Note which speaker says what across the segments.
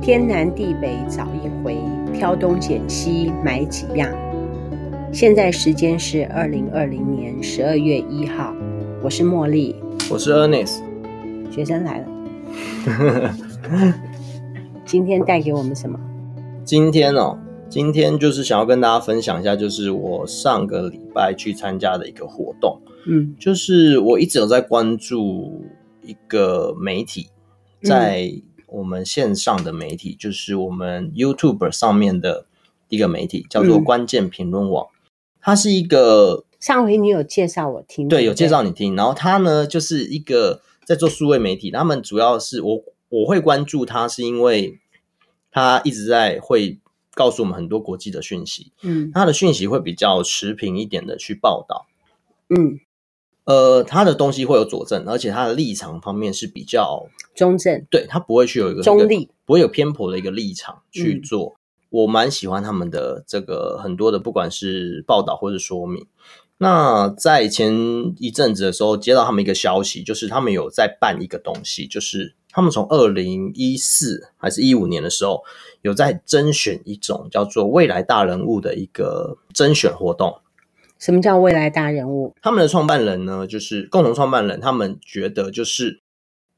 Speaker 1: 天南地北找一回，挑东拣西买几样。现在时间是二零二零年十二月一号，我是茉莉，
Speaker 2: 我是 Ernest，
Speaker 1: 学生 来了。今天带给我们什么？
Speaker 2: 今天哦，今天就是想要跟大家分享一下，就是我上个礼拜去参加的一个活动，
Speaker 1: 嗯
Speaker 2: 就是我一直有在关注一个媒体，
Speaker 1: 嗯
Speaker 2: 在我们线上的媒体，就是我们 YouTube 上面的一个媒体，叫做
Speaker 1: 嗯
Speaker 2: 关键评论网，它是一个
Speaker 1: 上回你有介绍我听，
Speaker 2: 对，有
Speaker 1: 不
Speaker 2: 介绍你听。然后他呢，就是一个在做数位媒体，他们主要是我我会关注他，是因为他一直在会告诉我们很多国际的讯息，
Speaker 1: 嗯
Speaker 2: 他的讯息会比较持平一点的去报道。
Speaker 1: 嗯，
Speaker 2: 呃，他的东西会有佐证，而且他的立场方面是比较，
Speaker 1: 中正
Speaker 2: 对他不会去有一个
Speaker 1: 中立，
Speaker 2: 不会有偏颇的一个立场去
Speaker 1: 嗯
Speaker 2: 做。我蛮喜欢他们的这个很多的，不管是报道或是说明。那在前一阵子的时候，接到他们一个消息，就是他们有在办一个东西，就是他们从二零一四还是一五年的时候，有在甄选一种叫做未来大人物的一个甄选活动。
Speaker 1: 什么叫未来大人物？
Speaker 2: 他们的创办人呢，就是共同创办人，他们觉得就是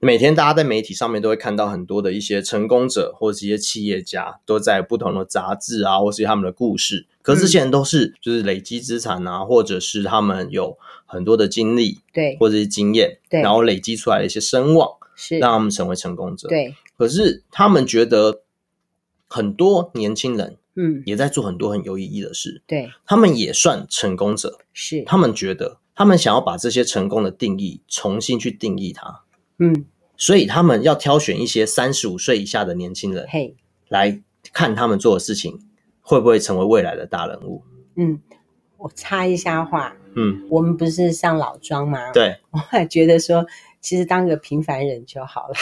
Speaker 2: 每天大家在媒体上面都会看到很多的一些成功者或者是一些企业家都在不同的杂志啊，或是他们的故事。可是这些人都是
Speaker 1: 嗯
Speaker 2: 就是累积资产啊，或者是他们有很多的经历
Speaker 1: 对，
Speaker 2: 或者是经验，
Speaker 1: 对
Speaker 2: 然后累积出来的一些声望，
Speaker 1: 是，
Speaker 2: 让他们成为成功者。，
Speaker 1: 对，
Speaker 2: 可是他们觉得很多年轻人
Speaker 1: 嗯，
Speaker 2: 也在做很多很有意义的事，
Speaker 1: 对，
Speaker 2: 他们也算成功者。
Speaker 1: 是，
Speaker 2: 他们觉得他们想要把这些成功的定义重新去定义它，
Speaker 1: 嗯，
Speaker 2: 所以他们要挑选一些三十五岁以下的年轻人
Speaker 1: 嘿，
Speaker 2: 来看他们做的事情会不会成为未来的大人物。
Speaker 1: 嗯，我插一下话，
Speaker 2: 嗯，
Speaker 1: 我们不是上老庄吗？
Speaker 2: 对，
Speaker 1: 我后来觉得说，其实当个平凡人就好 了，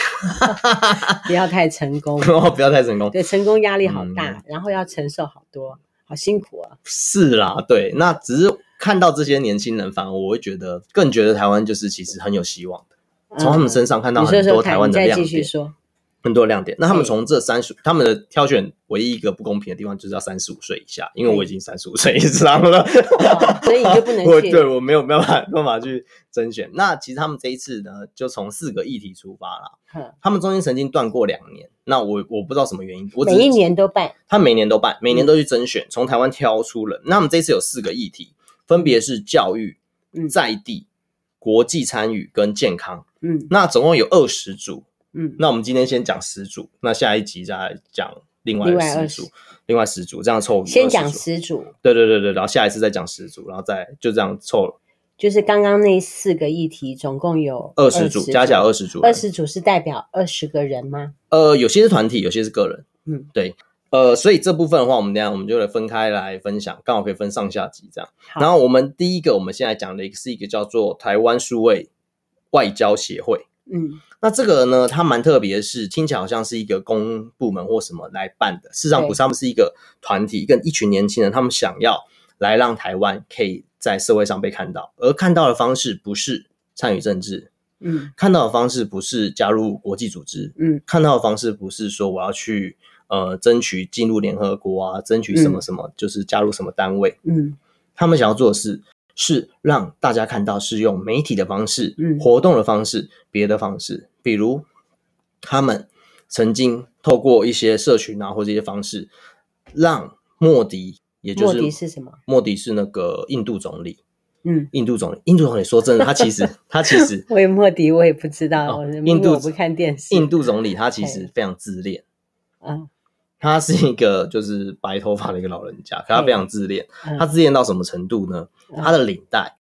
Speaker 1: 不要太成功。
Speaker 2: 哦，不要太成功。
Speaker 1: 对，成功压力好大，
Speaker 2: 嗯
Speaker 1: 然后要承受好多，好辛苦啊。
Speaker 2: 是啦，对，那只是看到这些年轻人，反而我会觉得更觉得台湾就是其实很有希望的，从他们身
Speaker 1: 上
Speaker 2: 上看
Speaker 1: 嗯
Speaker 2: 到
Speaker 1: 你说
Speaker 2: 很
Speaker 1: 说
Speaker 2: 多
Speaker 1: 看
Speaker 2: 台湾的
Speaker 1: 你再
Speaker 2: 亮
Speaker 1: 继续
Speaker 2: 点，
Speaker 1: 说，嗯
Speaker 2: 很多亮点。那他们
Speaker 1: 对
Speaker 2: 从这三十，他们的挑选唯一一个不公平的地方就是要三十五岁以下，因为我已经三十五岁以上了。
Speaker 1: 哦所以你就不能
Speaker 2: 我
Speaker 1: 去
Speaker 2: 对我没有没有办法办法去甄选。那其实他们这一次呢，就从四个议题出发啦。
Speaker 1: 哼
Speaker 2: 他们中间曾经断过两年，那我我不知道什么原因。我只
Speaker 1: 每
Speaker 2: 是
Speaker 1: 一年嗯都办，
Speaker 2: 他每年都办，每年都去甄选，从台湾挑出人。那我们这次有四个议题，分别是教育
Speaker 1: 嗯、
Speaker 2: 在地、国际参与跟健康。
Speaker 1: 嗯
Speaker 2: 那总共有二十组。
Speaker 1: 嗯，
Speaker 2: 那我们今天先讲十组，那下一集再来讲另外
Speaker 1: 另
Speaker 2: 的
Speaker 1: 外20
Speaker 2: 十组，另外十组这样凑。
Speaker 1: 先讲，十组，
Speaker 2: 对对对对，然后下一次再讲十组，然后再就这样凑
Speaker 1: 就是刚刚那四个议题，总共有
Speaker 2: 二十组，加起来二十组人，
Speaker 1: 二十组是代表二十个人吗？
Speaker 2: 呃，有些是团体，有些是个人。
Speaker 1: 嗯，
Speaker 2: 对。呃，所以这部分的话，我们等一下我们就来分开来分享，刚好可以分上下集这样。
Speaker 1: 好
Speaker 2: 然后我们第一个，我们现在讲的一个是一个叫做台湾数位外交协会。
Speaker 1: 嗯，
Speaker 2: 那这个呢，它蛮特别的是，听起来好像是一个公部门或什么来办的，事实上
Speaker 1: 对
Speaker 2: 不是，他们是一个团体，跟一群年轻人，他们想要来让台湾可以在社会上被看到，而看到的方式不是参与政治，
Speaker 1: 嗯
Speaker 2: 看到的方式不是加入国际组织，
Speaker 1: 嗯，
Speaker 2: 看到的方式不是说我要去呃争取进入联合国啊，争取什么什么，就是加入什么单位。
Speaker 1: 嗯
Speaker 2: 他们想要做的事是让大家看到，是用媒体的方式、
Speaker 1: 嗯
Speaker 2: 活动的方式、别的方式，比如他们曾经透过一些社群啊或这些方式，让莫迪，也就是
Speaker 1: 莫迪是什么？
Speaker 2: 莫迪是那个印度总理，
Speaker 1: 嗯，
Speaker 2: 印度总理，印度总理说真的，他其实他其实
Speaker 1: 我也莫迪，我也不知道，
Speaker 2: 哦
Speaker 1: 啊我因
Speaker 2: 印
Speaker 1: 为
Speaker 2: 度
Speaker 1: 我不看电视。
Speaker 2: 印度总理他其实非常自恋，
Speaker 1: 嗯，
Speaker 2: 他是一个就是白头发的一个老人家，可他非常自恋。
Speaker 1: 嗯
Speaker 2: 他自恋到什么程度呢？他的领带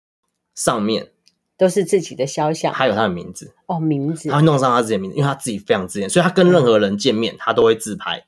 Speaker 2: 上面
Speaker 1: 都是自己的肖像
Speaker 2: 还有他的名字，
Speaker 1: 哦，名字
Speaker 2: 他会弄上他自己的名字，因为他自己非常自恋，所以他跟任
Speaker 1: 嗯
Speaker 2: 何人见面他都会自拍。
Speaker 1: 哦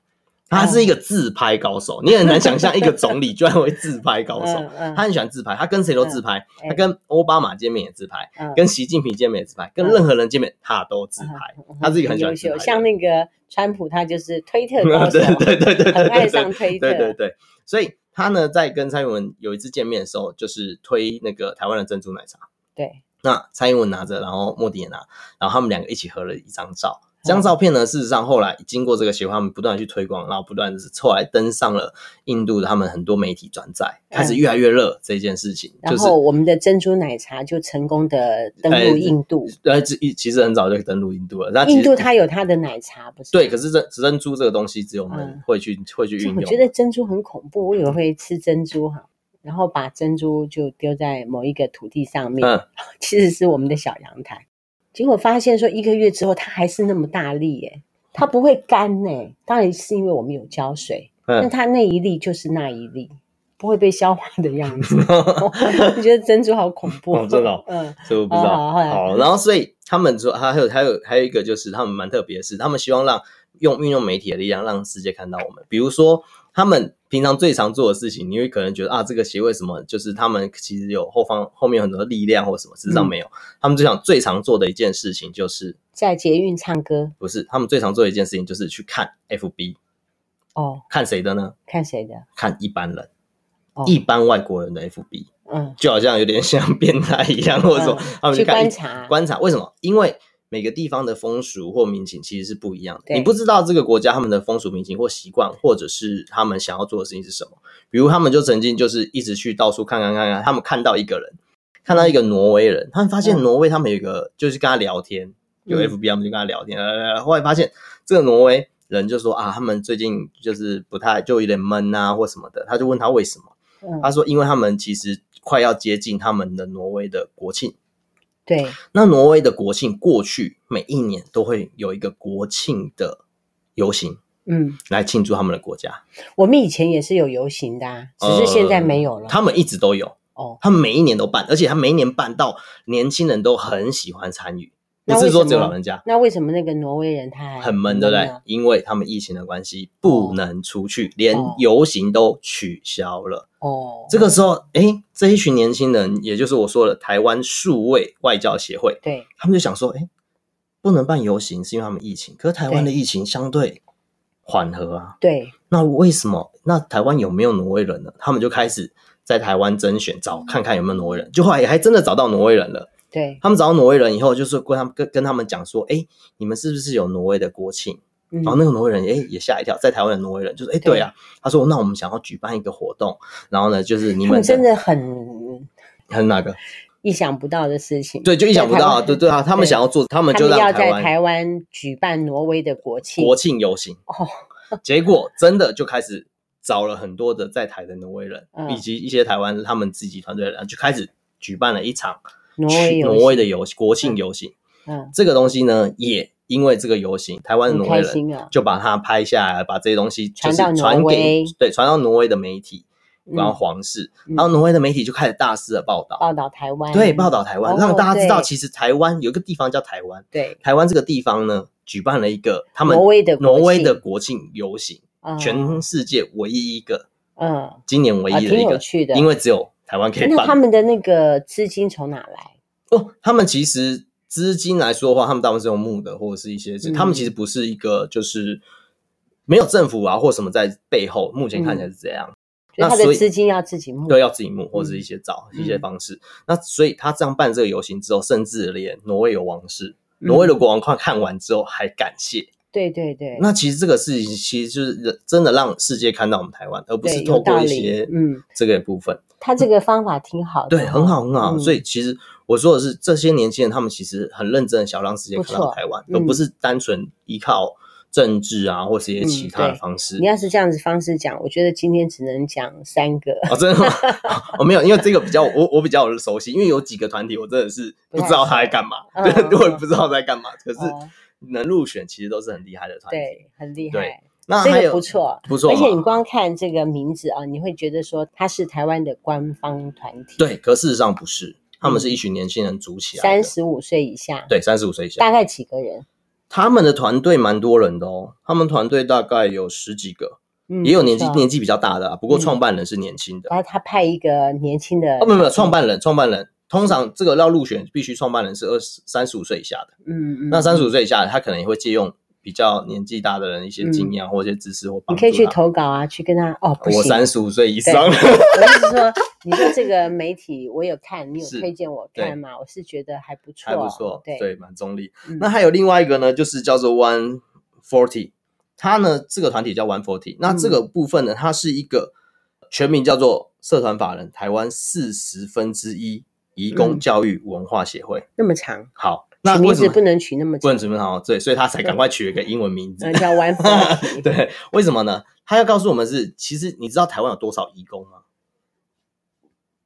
Speaker 2: 他是一个自拍高手，你很难想象一个总理居然会自拍高手。
Speaker 1: 嗯
Speaker 2: 他很喜欢自拍，他跟谁都自拍，
Speaker 1: 嗯
Speaker 2: 他跟奥巴马见面也自拍，
Speaker 1: 嗯
Speaker 2: 跟习近平见面也自拍，跟
Speaker 1: 嗯
Speaker 2: 任何人见面他都自
Speaker 1: 嗯
Speaker 2: 拍。
Speaker 1: 嗯
Speaker 2: 他自己很喜欢
Speaker 1: 优
Speaker 2: 自拍
Speaker 1: 秀，
Speaker 2: 的
Speaker 1: 像那个川普，他就是推特高手，啊
Speaker 2: 对 对对对对，
Speaker 1: 很爱
Speaker 2: 对
Speaker 1: 上推特
Speaker 2: 对对对，所以他呢在跟蔡英文有一次见面的时候，就是推那个台湾的珍珠奶茶。
Speaker 1: 对嗯
Speaker 2: 那蔡英文拿着，然后莫迪也拿，然后他们两个一起合了一张照。这张照片呢，事实上后来经过这个协会，他们不断地去推广，然后不断地后来登上了印度的他们很多媒体转载，开始越来越热这件事情，
Speaker 1: 嗯然
Speaker 2: 就是
Speaker 1: 后我们的珍珠奶茶就成功的登
Speaker 2: 哎
Speaker 1: 陆印度。
Speaker 2: 呃，其其实很早就登陆印度了，但其实
Speaker 1: 印度它有它的奶茶，不是？
Speaker 2: 对，可是珍珍珠这个东西只有我们
Speaker 1: 嗯
Speaker 2: 会去、会去
Speaker 1: 就
Speaker 2: 运
Speaker 1: 我
Speaker 2: 用，
Speaker 1: 觉得珍珠很恐怖，我以为会吃珍珠哈，然后把珍珠就丢在某一个土地上面，
Speaker 2: 嗯
Speaker 1: 其实是我们的小阳台。结果发现说一个月之后，它还是那么大粒耶、它不会干呢、当然是因为我们有浇水，那
Speaker 2: 嗯，
Speaker 1: 它那一粒就是那一粒，不会被消化的样 子。我觉得珍珠好恐怖，
Speaker 2: 哦真的哦
Speaker 1: 嗯，
Speaker 2: 所以我不知道。
Speaker 1: 哦好后来
Speaker 2: 好，然后所以他们说还有还有还有一个就是他们蛮特别的是，他们希望让用运用媒体的力量让世界看到我们。比如说他们平常最常做的事情，你会可能觉得啊，这个协会什么，就是他们其实有后方后面有很多力量或什么，事实上没有。
Speaker 1: 嗯
Speaker 2: 他们最想最常做的一件事情就是
Speaker 1: 在捷运唱歌
Speaker 2: 不是他们最常做的一件事情就是去看 FB，
Speaker 1: 哦，
Speaker 2: 看谁的呢？
Speaker 1: 看谁的？
Speaker 2: 看一般人，
Speaker 1: 哦，
Speaker 2: 一般外国人的 FB。
Speaker 1: 嗯，
Speaker 2: 就好像有点像变态一样，或者说他们
Speaker 1: 去
Speaker 2: 看
Speaker 1: 观
Speaker 2: 一
Speaker 1: 察
Speaker 2: 观察为什么？因为每个地方的风俗或民情其实是不一样的，
Speaker 1: 对
Speaker 2: 你不知道这个国家他们的风俗民情或习惯，或者是他们想要做的事情是什么。比如他们就曾经就是一直去到处看看看看，他们看到一个人，看到一个挪威人，他们发现
Speaker 1: 嗯
Speaker 2: 挪威他们有一个就是跟他聊天，有
Speaker 1: 嗯
Speaker 2: FB 他们就跟他聊天，呃，后来发现这个挪威人就说啊，他们最近就是不太就有点闷啊或什么的，他就问他为什么。
Speaker 1: 嗯，
Speaker 2: 他说，因为他们其实快要接近他们的挪威的国庆。
Speaker 1: 对，
Speaker 2: 那挪威的国庆过去每一年都会有一个国庆的游行
Speaker 1: 嗯。
Speaker 2: 来庆祝他们的国家，
Speaker 1: 我们以前也是有游行的、啊，只是现在没有了。
Speaker 2: 呃他们一直都有，
Speaker 1: 哦，
Speaker 2: 他们每一年都办，而且他每一年办到年轻人都很喜欢参与，
Speaker 1: 那
Speaker 2: 不
Speaker 1: 为
Speaker 2: 是说
Speaker 1: 什
Speaker 2: 只有
Speaker 1: 么哎啊
Speaker 2: 老人家。
Speaker 1: 那为什么那个挪威人他还
Speaker 2: 很闷，对不对
Speaker 1: 呢？
Speaker 2: 因为他们疫情的关系不能出去，连
Speaker 1: 哦
Speaker 2: 游行都取消了。
Speaker 1: 哦，
Speaker 2: 这个时候，哎，这一群年轻人，也就是我说的台湾数位外教协会，
Speaker 1: 对
Speaker 2: 他们就想说，哎、不能办游行是因为他们疫情，可是台湾的疫情相对缓和啊，
Speaker 1: 对，
Speaker 2: 那为什么？那台湾有没有挪威人呢？他们就开始在台湾甄选，
Speaker 1: 嗯
Speaker 2: 找看看有没有挪威人，就后来也还真的找到挪威人了。
Speaker 1: 对，
Speaker 2: 他们找到挪威人以后，就是跟他们跟跟他们讲说，哎、你们是不是有挪威的国庆？
Speaker 1: 嗯
Speaker 2: 然后那个挪威人哎、也吓一跳，在台湾的挪威人就是哎、对啊，他说那我们想要举办一个活动，然后呢就是你
Speaker 1: 他
Speaker 2: 们
Speaker 1: 们真
Speaker 2: 的
Speaker 1: 的很
Speaker 2: 很那个，
Speaker 1: 意想不到的事情。
Speaker 2: 对，就意想不到
Speaker 1: 在
Speaker 2: 啊，
Speaker 1: 台湾
Speaker 2: 对对啊，他们
Speaker 1: 对
Speaker 2: 想要做，他们
Speaker 1: 他
Speaker 2: 就
Speaker 1: 们
Speaker 2: 让
Speaker 1: 要
Speaker 2: 台
Speaker 1: 在
Speaker 2: 湾
Speaker 1: 台湾举办挪威的国庆。
Speaker 2: 国庆游行
Speaker 1: 哦，
Speaker 2: 结果真的就开始找了很多的在台的挪威人，
Speaker 1: 嗯
Speaker 2: 以及一些台湾他们自己团队的人，就开始举办了一场
Speaker 1: 挪威
Speaker 2: 去
Speaker 1: 游
Speaker 2: 挪威
Speaker 1: 的，
Speaker 2: 的游国庆游行。
Speaker 1: 嗯，
Speaker 2: 这个东西呢，也因为这个游行，台湾的
Speaker 1: 很
Speaker 2: 挪
Speaker 1: 开
Speaker 2: 威人
Speaker 1: 心啊。
Speaker 2: 就把它拍下来，把这些东西就是
Speaker 1: 传到
Speaker 2: 传
Speaker 1: 挪
Speaker 2: 给
Speaker 1: 威
Speaker 2: 对传到挪威的媒体，然后
Speaker 1: 嗯，
Speaker 2: 皇室，
Speaker 1: 嗯
Speaker 2: 然后挪威的媒体就开始大肆的报道，
Speaker 1: 报道台湾，
Speaker 2: 对报道台湾，
Speaker 1: 哦
Speaker 2: 让大家知道
Speaker 1: 对
Speaker 2: 其实台湾有一个地方叫台湾，
Speaker 1: 对
Speaker 2: 台湾这个地方呢举办了一个他们
Speaker 1: 挪威的国
Speaker 2: 挪威
Speaker 1: 庆
Speaker 2: 的国庆游行，
Speaker 1: 嗯
Speaker 2: 全世界唯一一个，
Speaker 1: 嗯，
Speaker 2: 今年唯
Speaker 1: 啊
Speaker 2: 一的
Speaker 1: 挺
Speaker 2: 一
Speaker 1: 有
Speaker 2: 个，
Speaker 1: 趣的。
Speaker 2: 因为只有台湾可以
Speaker 1: 那
Speaker 2: 办
Speaker 1: 他。们的那个资金从哪来？
Speaker 2: 哦，他们其实资金来说的话，他们大部分是用募的，或者是一些，
Speaker 1: 嗯
Speaker 2: 他们其实不是一个就是没有政府啊或什么在背后，目前看起来是这样。
Speaker 1: 就
Speaker 2: 那
Speaker 1: 他
Speaker 2: 所
Speaker 1: 的
Speaker 2: 以
Speaker 1: 资金要自己募。
Speaker 2: 对，要啊自己募或者是一些找、
Speaker 1: 嗯
Speaker 2: 一些方式。那所以他这样办这个游行之后，甚至连挪威有王室，挪威的国王看看完之后还感谢，
Speaker 1: 嗯对对对。
Speaker 2: 那其实这个事情其实就是真的让世界看到我们台湾，而不是
Speaker 1: 对有
Speaker 2: 透过
Speaker 1: 道
Speaker 2: 一
Speaker 1: 理
Speaker 2: 些
Speaker 1: 嗯
Speaker 2: 这个部分。
Speaker 1: 他这个方法挺好的，
Speaker 2: 对，很好很好。
Speaker 1: 嗯
Speaker 2: 所以其实我说的是，这些年轻人他们其实很认真的想让世界
Speaker 1: 不
Speaker 2: 看到
Speaker 1: 错
Speaker 2: 台湾，
Speaker 1: 嗯
Speaker 2: 而不是单纯依靠政治啊或是一些其他的方式
Speaker 1: 嗯你。要是这样子方式讲，我觉得今天只能讲三 个。
Speaker 2: 哦，真的吗？哦，没有，因为这个比较我我比较熟悉，因为有几个团体我真的是不知道他在干嘛，
Speaker 1: 不太熟嗯
Speaker 2: 对，我也不知道他在干嘛。可是
Speaker 1: 哦
Speaker 2: 能入选其实都是很厉害的团体。
Speaker 1: 对，很厉
Speaker 2: 对
Speaker 1: 害，
Speaker 2: 那还
Speaker 1: 这个
Speaker 2: 有
Speaker 1: 不，错，
Speaker 2: 不错啊
Speaker 1: 而且
Speaker 2: 嘛
Speaker 1: 你光看这个名字啊，你会觉得说它是台湾的官方团体，，
Speaker 2: 对，可事实上不是，他们是一群年轻人组起来
Speaker 1: 嗯
Speaker 2: 的。
Speaker 1: 三十五岁以下，，
Speaker 2: 对，三十五岁以下
Speaker 1: 大，概几个人？
Speaker 2: 他们的团队蛮多人的哦，他们团队大概有十几个，
Speaker 1: 嗯
Speaker 2: 也有年纪年
Speaker 1: 纪，
Speaker 2: 纪比较大的啊，不过
Speaker 1: 嗯哎
Speaker 2: 创办人是年轻的。
Speaker 1: 然后他派一个年轻的，
Speaker 2: 哦，没有没有，
Speaker 1: 嗯
Speaker 2: 创办人，创办人通常这个要入选，必须创办人是二十三十五岁以下的。
Speaker 1: 嗯，嗯
Speaker 2: 那三十
Speaker 1: 五，
Speaker 2: 五岁以下，他可能也会借用比较年纪大的人一些经验啊或一些知识
Speaker 1: 嗯
Speaker 2: 或
Speaker 1: 你
Speaker 2: 帮助
Speaker 1: 可以去
Speaker 2: 他
Speaker 1: 投稿啊，去跟他哦，不行，
Speaker 2: 我三十五岁以上，
Speaker 1: 我是说你说这个媒体我有看，你有
Speaker 2: 是
Speaker 1: 推荐我
Speaker 2: 对
Speaker 1: 看吗？我是觉得还不错，
Speaker 2: 还不错，
Speaker 1: 对，
Speaker 2: 对，蛮中立。
Speaker 1: 嗯
Speaker 2: 那还有另外一个呢，就是叫做 One Forty，它呢这个团体叫 One Forty，那这个部
Speaker 1: 嗯
Speaker 2: 分呢，它是一个全名叫做社团法人台湾四十分之一移工
Speaker 1: 嗯
Speaker 2: 教育文化协会。
Speaker 1: 那么长，
Speaker 2: 好，那
Speaker 1: 取
Speaker 2: 为
Speaker 1: 名
Speaker 2: 什
Speaker 1: 字
Speaker 2: 么
Speaker 1: 不能取那么
Speaker 2: 不
Speaker 1: 长
Speaker 2: 能，准备好？对，所以他才赶快取了一个英文名字
Speaker 1: 嗯，。叫 One Forty，
Speaker 2: 对，为什么呢？他要告诉我们是，其实你知道台湾有多少移工吗？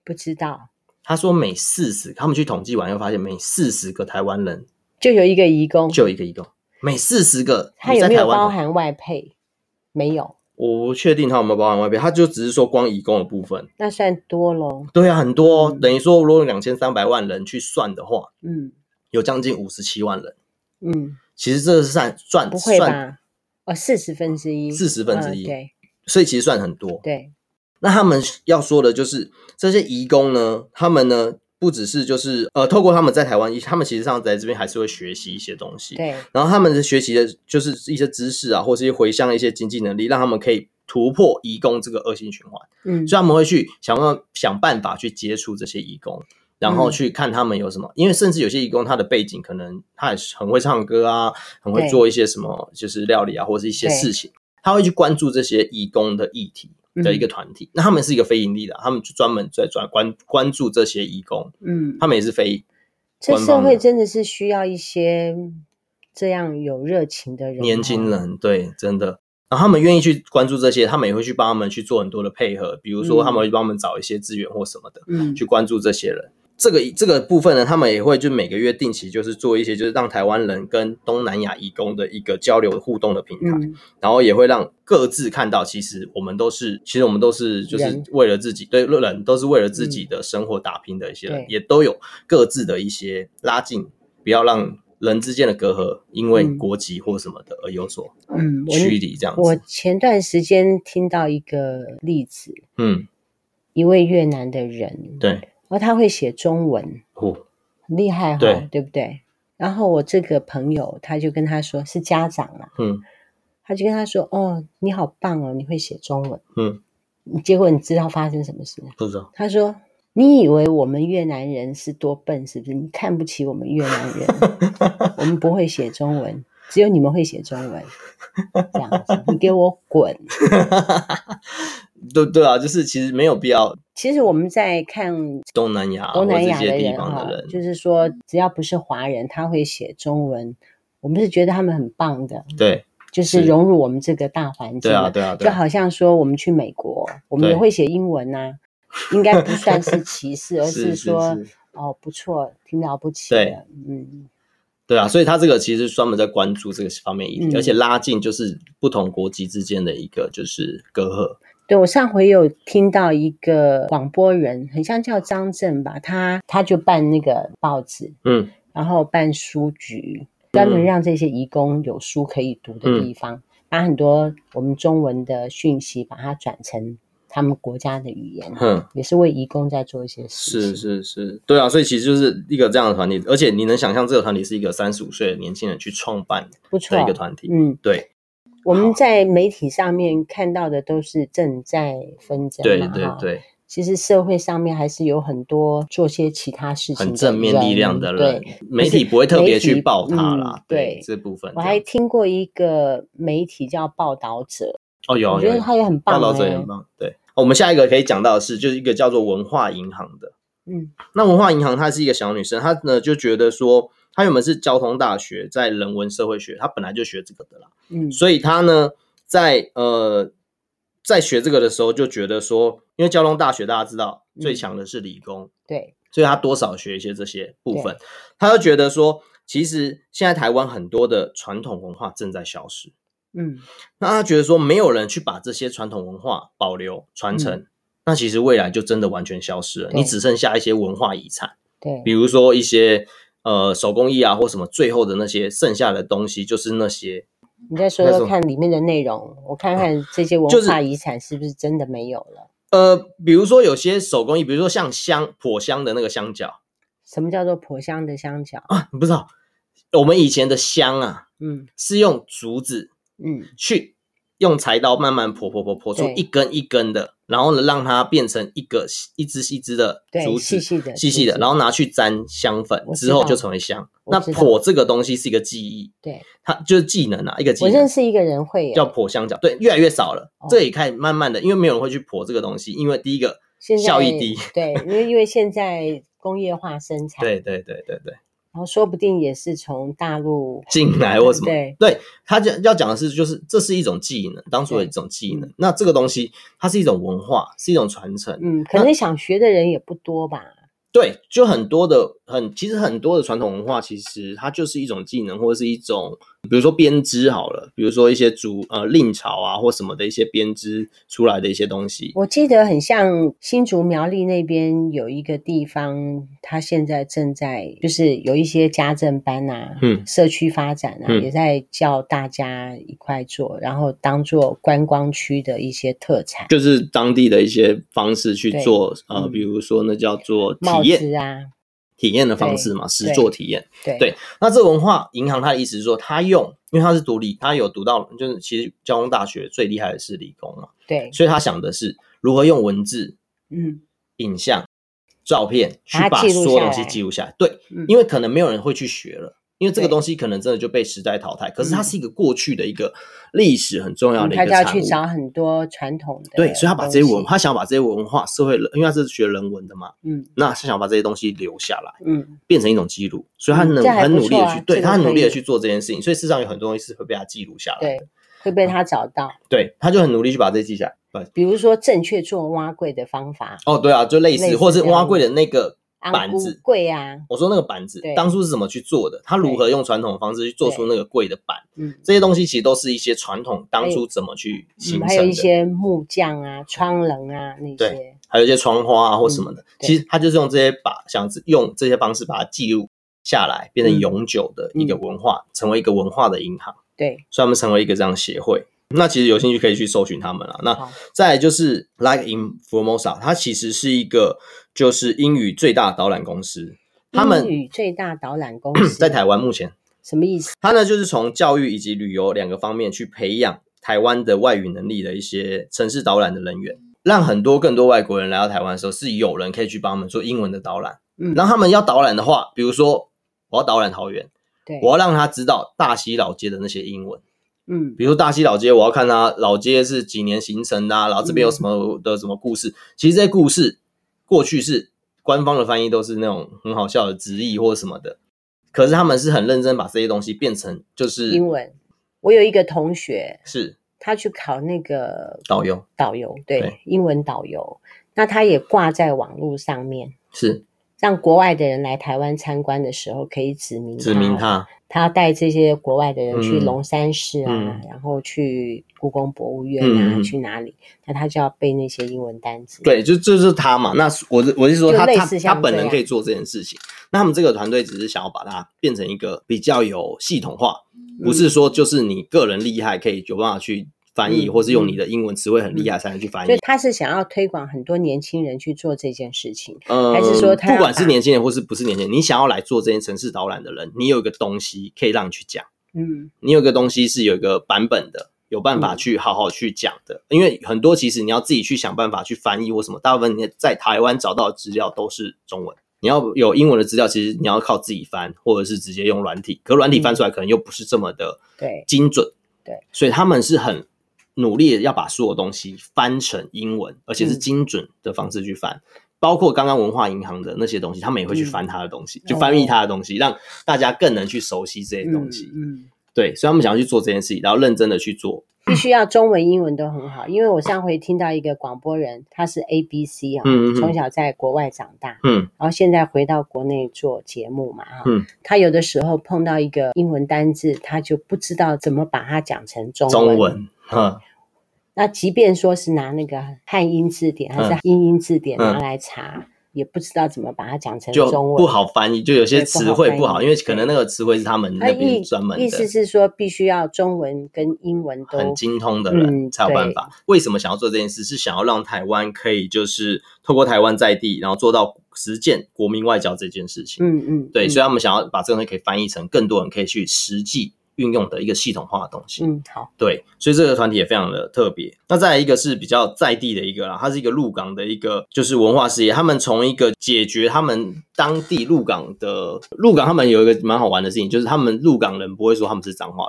Speaker 1: 不知道，
Speaker 2: 他说每四十，他们去统计完又发现每四十个台湾人
Speaker 1: 就有一个移工，
Speaker 2: 就有一个移工，每四十个
Speaker 1: 他
Speaker 2: 你
Speaker 1: 有
Speaker 2: 在
Speaker 1: 没
Speaker 2: 台
Speaker 1: 有
Speaker 2: 湾
Speaker 1: 包
Speaker 2: 统计
Speaker 1: 含外配？没有，
Speaker 2: 我不确定他有没有包含外配，他就只是说光移工的部分。
Speaker 1: 那算多喽。
Speaker 2: 对啊，很多、哦，
Speaker 1: 嗯
Speaker 2: 等于说如果两千三百万人去算的话，
Speaker 1: 嗯
Speaker 2: 有将近五十七万人。
Speaker 1: 嗯，
Speaker 2: 其实这是算算
Speaker 1: 不会
Speaker 2: 算，
Speaker 1: 吧？哦，四十分之一，
Speaker 2: 40分之一
Speaker 1: 嗯对
Speaker 2: 所以其实算很多。
Speaker 1: 对，
Speaker 2: 那他们要说的就是这些移工呢，他们呢不只是就是呃，透过他们在台湾，他们其实上在这边还是会学习一些东西。
Speaker 1: 对，
Speaker 2: 然后他们的学习的就是一些知识啊，或是一些回乡的一些经济能力，让他们可以突破移工这个恶性循环。
Speaker 1: 嗯，
Speaker 2: 所以他们会去想办想办法去接触这些义工，然后
Speaker 1: 嗯
Speaker 2: 去看他们有什么，因为甚至有些义工他的背景可能他也是很会唱歌啊，很会
Speaker 1: 对
Speaker 2: 做一些什么就是料理啊，或是一些
Speaker 1: 对嗯
Speaker 2: 事情，他会去关注这些义工的议题的一个团体。那他们是一个非盈利的，他们就专门在专关关注这些义工，
Speaker 1: 嗯，
Speaker 2: 他们也是非
Speaker 1: 这
Speaker 2: 官
Speaker 1: 社
Speaker 2: 方
Speaker 1: 会
Speaker 2: 的
Speaker 1: 真的是需要一些这样有热情的人，哦
Speaker 2: 年轻，人，对，真的。然后他们愿意去关注这些，他们也会去帮他们去做很多的配合，比如说
Speaker 1: 嗯
Speaker 2: 他们会帮他们找一些资源或什么的。
Speaker 1: 嗯
Speaker 2: 去关注这些人。这个这个部分呢，他们也会就每个月定期就是做一些就是让台湾人跟东南亚移工的一个交流互动的平台，
Speaker 1: 嗯，
Speaker 2: 然后也会让各自看到，其实我们都是，其实我们都是就是
Speaker 1: 人
Speaker 2: 为了自己对人都是为了自己的生活打拼的一些人，
Speaker 1: 对
Speaker 2: 也都有各自的一些拉近，不要让人之间的隔阂因为
Speaker 1: 嗯
Speaker 2: 国籍或什么的而有所
Speaker 1: 嗯，我
Speaker 2: 距离这样
Speaker 1: 我
Speaker 2: 子。
Speaker 1: 前段时间听到一个例子，
Speaker 2: 嗯，
Speaker 1: 一位越南的人，
Speaker 2: 对，
Speaker 1: 然后他会写中文，
Speaker 2: 哦，
Speaker 1: 很厉害哈、
Speaker 2: 对
Speaker 1: 对不对？然后我这个朋友他就跟他说，是家长嘛，
Speaker 2: 嗯
Speaker 1: 他就跟他说，哦，你好棒哦，你会写中文。
Speaker 2: 嗯，
Speaker 1: 结果你知道发生什么事？
Speaker 2: 不知道，
Speaker 1: 他说，你以为我们越南人是多笨是不是？你看不起我们越南 人，我们不会写中文，只有你们会写中文。这样子，你给我滚！
Speaker 2: 对对啊，就是其实没有必要
Speaker 1: 其实我们在看
Speaker 2: 东南亚
Speaker 1: 东南亚
Speaker 2: 或者
Speaker 1: 的
Speaker 2: 这些地
Speaker 1: 人
Speaker 2: 方
Speaker 1: 哈
Speaker 2: 的人，，
Speaker 1: 就是说只要不是华人，他会写中文，我们是觉得他们很棒的，
Speaker 2: 对
Speaker 1: 就是
Speaker 2: 是
Speaker 1: 融入我们这个大环境
Speaker 2: 对啊
Speaker 1: 了
Speaker 2: 对啊对
Speaker 1: 就
Speaker 2: 啊，
Speaker 1: 好像说我们去美国，我们也
Speaker 2: 对
Speaker 1: 会写英文呐、应该不算是歧 视，而
Speaker 2: 是
Speaker 1: 说
Speaker 2: 是
Speaker 1: 哦不错，挺了不起
Speaker 2: 对
Speaker 1: 的，嗯，
Speaker 2: 对啊，所以他这个其实专门在关注这个方面议题，
Speaker 1: 嗯
Speaker 2: 而且拉近就是不同国籍之间的一个就是隔阂，
Speaker 1: 对，我上回有听到一个广播人，很像叫张震吧，他他就办那个报纸，
Speaker 2: 嗯
Speaker 1: 然后办书局，专门
Speaker 2: 嗯
Speaker 1: 让这些移工有书可以读的地方，把很多我们中文的讯息，把它转成他们国家的语言，
Speaker 2: 哼，
Speaker 1: 也是为移工在做一些事情。
Speaker 2: 是是是，对啊，所以其实就是一个这样的团体，而且你能想象这个团体是一个三十五岁的年轻人去创办
Speaker 1: 不错
Speaker 2: 的一个团体，
Speaker 1: 嗯，
Speaker 2: 对
Speaker 1: 我们在媒体上面看到的都是正在纷争
Speaker 2: 对
Speaker 1: 嘛
Speaker 2: 对
Speaker 1: 哈
Speaker 2: 对，
Speaker 1: 其实社会上面还是有很多做些其他事情的
Speaker 2: 很正面力量的人
Speaker 1: 对，
Speaker 2: 媒
Speaker 1: 就是
Speaker 2: 体不会特别去
Speaker 1: 媒体
Speaker 2: 报他啦
Speaker 1: 嗯，对
Speaker 2: 这部分
Speaker 1: 我
Speaker 2: 这
Speaker 1: 还
Speaker 2: 样
Speaker 1: 听过一个媒体叫报道者，
Speaker 2: 哦有
Speaker 1: 我
Speaker 2: 啊
Speaker 1: 觉
Speaker 2: 有
Speaker 1: 得
Speaker 2: 啊
Speaker 1: 他也很棒、欸，
Speaker 2: 报道者也很棒，对。哦我们下一个可以讲到的是，就是一个叫做文化银行的，
Speaker 1: 嗯
Speaker 2: 那文化银行她是一个小女生，她呢就觉得说，她原本是交通大学在人文社会学，她本来就学这个的啦，
Speaker 1: 嗯，
Speaker 2: 所以她呢在呃在学这个的时候就觉得说，因为交通大学大家知道
Speaker 1: 嗯
Speaker 2: 最强的是理工，
Speaker 1: 对，
Speaker 2: 所以她多少学一些这些部分，她就觉得说，其实现在台湾很多的传统文化正在消失，
Speaker 1: 嗯
Speaker 2: 那她觉得说没有人去把这些传统文化保留传承。那其实未来就真的完全消失了，
Speaker 1: 嗯对
Speaker 2: 你只剩下一些文化遗产。
Speaker 1: 对
Speaker 2: 比，如说一些呃手工艺啊或什么，最后的那些剩下的东西就是那些，
Speaker 1: 你再说
Speaker 2: 那
Speaker 1: 说
Speaker 2: 种
Speaker 1: 看里面的内容，我看看这些文
Speaker 2: 就是
Speaker 1: 化遗产是不是真的没有了？
Speaker 2: 呃，比如说有些手工艺，比如说像香果香的那个香角
Speaker 1: 什么叫做婆香的香脚？
Speaker 2: 啊，你不知道，我们以前的香啊
Speaker 1: 嗯
Speaker 2: 是用竹子
Speaker 1: 嗯
Speaker 2: 去用柴刀慢慢剖剖剖剖出
Speaker 1: 对
Speaker 2: 一根一根的，然后呢让它变成一个一只一只的
Speaker 1: 对
Speaker 2: 竹
Speaker 1: 细
Speaker 2: 子，
Speaker 1: 细的
Speaker 2: 细细
Speaker 1: 竹
Speaker 2: 的，
Speaker 1: 子
Speaker 2: 然后拿去沾香粉
Speaker 1: 我知
Speaker 2: 之后
Speaker 1: 道
Speaker 2: 就成为香。
Speaker 1: 我
Speaker 2: 那
Speaker 1: 知道
Speaker 2: 剖这个东西是一个技艺，
Speaker 1: 对
Speaker 2: 它就是技能啊，一个技
Speaker 1: 我认
Speaker 2: 能。
Speaker 1: 识一个人会哦耶
Speaker 2: 叫剖香蕉，对，越来越少了。
Speaker 1: 哦
Speaker 2: 这也开始慢慢的，因为没有人会去剖这个东西，因为第一个
Speaker 1: 现在
Speaker 2: 效益低，
Speaker 1: 对，因 为因为现在工业化生产，
Speaker 2: 对对对对对，
Speaker 1: 然后说不定也是从大陆
Speaker 2: 进来或什哎么，
Speaker 1: 对
Speaker 2: 他讲要讲的是，就是这是一种技能，当初的一种
Speaker 1: 嗯
Speaker 2: 技能。那这个东西，它是一种文化，是一种传承。
Speaker 1: 嗯，可能想学的人也不多吧。
Speaker 2: 对，就很多的很，其实很多的传统文化，其实它就是一种技能，或者是一种，比如说编织好了，比如说一些竹呃令草啊或什么的一些编织出来的一些东西。
Speaker 1: 我记得很像新竹苗栗那边有一个地方，它现在正在就是有一些家政班啊，
Speaker 2: 嗯
Speaker 1: 社区发展啊，
Speaker 2: 嗯
Speaker 1: 也在叫大家一块做，然后当做观光区的一些特产，
Speaker 2: 就是当地的一些方式去
Speaker 1: 对
Speaker 2: 做，呃，
Speaker 1: 嗯
Speaker 2: 比如说那叫做体
Speaker 1: 帽
Speaker 2: 验
Speaker 1: 子啊，
Speaker 2: 体验的方式嘛，实
Speaker 1: 对
Speaker 2: 做体验。
Speaker 1: 对
Speaker 2: 对那这个文化银行，它的意思是说，它用，因为它是独立，它有读到，就是其实交通大学最厉害的是理工嘛，
Speaker 1: 对，
Speaker 2: 所以他想的是如何用文字、
Speaker 1: 嗯，
Speaker 2: 影像、照片去
Speaker 1: 把它
Speaker 2: 把
Speaker 1: 记录
Speaker 2: 所有
Speaker 1: 下
Speaker 2: 东西
Speaker 1: 来
Speaker 2: 记录下来。对，
Speaker 1: 嗯
Speaker 2: 因为可能没有人会去学了。因为这个
Speaker 1: 对
Speaker 2: 东西可能真的就被时代淘汰，可是它
Speaker 1: 嗯
Speaker 2: 是一个过去的一个历史很重要
Speaker 1: 嗯
Speaker 2: 的一
Speaker 1: 他
Speaker 2: 个
Speaker 1: 就要
Speaker 2: 产
Speaker 1: 去
Speaker 2: 物。
Speaker 1: 找很多传统的东西，
Speaker 2: 对，所以他把这些文，他想把这些文化、社会人，因为他是学人文的嘛，
Speaker 1: 嗯
Speaker 2: 那他想把这些东西留下来，
Speaker 1: 嗯，
Speaker 2: 变成一种记录，所以他
Speaker 1: 嗯
Speaker 2: 能
Speaker 1: 这还
Speaker 2: 很
Speaker 1: 不
Speaker 2: 努力的
Speaker 1: 错啊
Speaker 2: 去，对
Speaker 1: 这个
Speaker 2: 他很
Speaker 1: 可
Speaker 2: 努力
Speaker 1: 以
Speaker 2: 的去做这件事情，所以事实上有很多东西是会被他记录下来
Speaker 1: 对
Speaker 2: 的，，
Speaker 1: 会被他找到，
Speaker 2: 对，他就很努力去把这些记下来。对，
Speaker 1: 比如说正确做蛙柜的方法，
Speaker 2: 哦，对啊，就类
Speaker 1: 类
Speaker 2: 似，
Speaker 1: 似
Speaker 2: 或是
Speaker 1: 这样
Speaker 2: 挖柜的那个
Speaker 1: 安
Speaker 2: 板
Speaker 1: 菇
Speaker 2: 子，
Speaker 1: 柜啊，
Speaker 2: 我说那个板子
Speaker 1: 对
Speaker 2: 当初是怎么去做的，他如
Speaker 1: 对
Speaker 2: 何用传统的方式去做出那个柜的板，
Speaker 1: 嗯。
Speaker 2: 这些东西其实都是一些传统当
Speaker 1: 还
Speaker 2: 初
Speaker 1: 有
Speaker 2: 怎么去形
Speaker 1: 嗯，
Speaker 2: 成的，
Speaker 1: 还有一些木匠啊、窗棱啊那些
Speaker 2: 对，还有一些窗花啊或什么的。
Speaker 1: 嗯对
Speaker 2: 其实他就是用这些把想用这些方式把它记录下来，变
Speaker 1: 嗯
Speaker 2: 成永久的一个文化，成为一个文化的银行，
Speaker 1: 对，
Speaker 2: 所以他们成为一个这样的协会。那其实有兴趣可以去搜寻他们啊。那
Speaker 1: 好，
Speaker 2: 再来就是 Like in Formosa，它其实是一个就是英语最大的导览公司。他
Speaker 1: 英
Speaker 2: 们
Speaker 1: 语最大导览 公司
Speaker 2: 在台湾目前，
Speaker 1: 什么意思？
Speaker 2: 它呢就是从教育以及旅游两个方面去培养台湾的外语能力的一些城市导览的人员，让很多更多外国人来到台湾的时候，是有人可以去帮他们做英文的导览。
Speaker 1: 嗯
Speaker 2: 然后他们要导览的话，比如说我要导览桃园，
Speaker 1: 对，
Speaker 2: 我要让他知道大溪老街的那些英文。
Speaker 1: 嗯，
Speaker 2: 比如说大溪老街，我要看它老街是几年形成的、啊，然后这
Speaker 1: 嗯
Speaker 2: 边有什么的什么故事。其实这些故事过去是官方的翻译都是那种很好笑的直译或什么的，可是他们是很认真把这些东西变成就是
Speaker 1: 英文。我有一个同学，
Speaker 2: 是
Speaker 1: 他去考那个
Speaker 2: 导游
Speaker 1: 导游，对，
Speaker 2: 对
Speaker 1: 英文导游，那他也挂在网络上面。
Speaker 2: 是
Speaker 1: 让国外的人来台湾参观的时候，可以指明
Speaker 2: 指明
Speaker 1: 他，他
Speaker 2: 它
Speaker 1: 要带这些国外的人去
Speaker 2: 嗯
Speaker 1: 龙山寺啊，
Speaker 2: 嗯
Speaker 1: 然后去故宫博物院啊，
Speaker 2: 嗯嗯嗯
Speaker 1: 去哪里？那他就要背那些英文单词。
Speaker 2: 对，就就是他嘛。那我是我是说
Speaker 1: 就
Speaker 2: 他
Speaker 1: 类
Speaker 2: 他
Speaker 1: 似
Speaker 2: 他
Speaker 1: 像
Speaker 2: 本
Speaker 1: 这
Speaker 2: 人
Speaker 1: 样
Speaker 2: 可以做这件事情，那他们这个团队只是想要把它变成一个比较有系统化，
Speaker 1: 嗯
Speaker 2: 不是说就是你个人厉害可以有办法去翻译，
Speaker 1: 嗯
Speaker 2: 或是用你的英文词汇很厉害才能去翻
Speaker 1: 所以
Speaker 2: 译。
Speaker 1: 他是想要推广很多年轻人去做这件事情。
Speaker 2: 呃，
Speaker 1: 还是说他
Speaker 2: 不
Speaker 1: 要
Speaker 2: 管是
Speaker 1: 把
Speaker 2: 年轻人或是不是年轻人，你想要来做这些城市导览的人，你有一个东西可以让你去讲，
Speaker 1: 嗯，
Speaker 2: 你有一个东西是有一个版本的，有办法去好好去讲的。因为很多其实你要自己去想办法去翻译或什么，大部分你在台湾找到的资料都是中文。你要有英文的资料，其实你要靠自己翻，或者是直接用软体。可软体
Speaker 1: 嗯
Speaker 2: 翻出来可能又不是这么的
Speaker 1: 对，
Speaker 2: 精准。
Speaker 1: 对，
Speaker 2: 所以他们是很努力的要把所有东西翻成英文，而且是
Speaker 1: 嗯
Speaker 2: 精准的方式去翻。包括刚刚文化银行的那些东
Speaker 1: 嗯
Speaker 2: 西，他们也会去翻他的东西，就翻译他的东西，让大家更能去熟悉这些东西。
Speaker 1: 哦嗯，嗯
Speaker 2: 对，所以他们想要去做这件事情，然后认真的去做。
Speaker 1: 必须要中文、英文都很好。因为我上回听到一个广播人，他是 A B C 啊、
Speaker 2: 嗯嗯嗯
Speaker 1: 从小在国外长大，
Speaker 2: 嗯
Speaker 1: 然后现在回到国内做节目嘛，哈、
Speaker 2: 嗯，
Speaker 1: 他有的时候碰到一个英文单字，他就不知道怎么把它讲成中文。
Speaker 2: 中文，嗯
Speaker 1: 那即便说是拿那个汉英字典还是
Speaker 2: 嗯
Speaker 1: 英英字典
Speaker 2: 嗯
Speaker 1: 拿来查，也不知道怎么把它讲成
Speaker 2: 就
Speaker 1: 中文，
Speaker 2: 不好翻译，就有些
Speaker 1: 对不好
Speaker 2: 词汇不
Speaker 1: 翻
Speaker 2: 好，
Speaker 1: 译
Speaker 2: 因为可能那个词汇是他们
Speaker 1: 他
Speaker 2: 那
Speaker 1: 意
Speaker 2: 边专门
Speaker 1: 意
Speaker 2: 的
Speaker 1: 思。是说，必须要中文跟英文都
Speaker 2: 很精通的人
Speaker 1: 嗯
Speaker 2: 才有办法。为什么想要做这件事？是想要让台湾可以就是透过台湾在地，然后做到实践国民外交这件事情。
Speaker 1: 嗯嗯，
Speaker 2: 对，
Speaker 1: 嗯
Speaker 2: 所以他们想要把这个东西可以翻译成更多人可以去实际运用的一个系统化的东西。
Speaker 1: 嗯，好，
Speaker 2: 对，所以这个团体也非常的特别。那再来一个是比较在地的一个啦，它是一个鹿港的一个就是文化事业，他们从一个解决他们当地鹿港的鹿港，他们有一个蛮好玩的事情，就是他们鹿港人不会说他们是彰化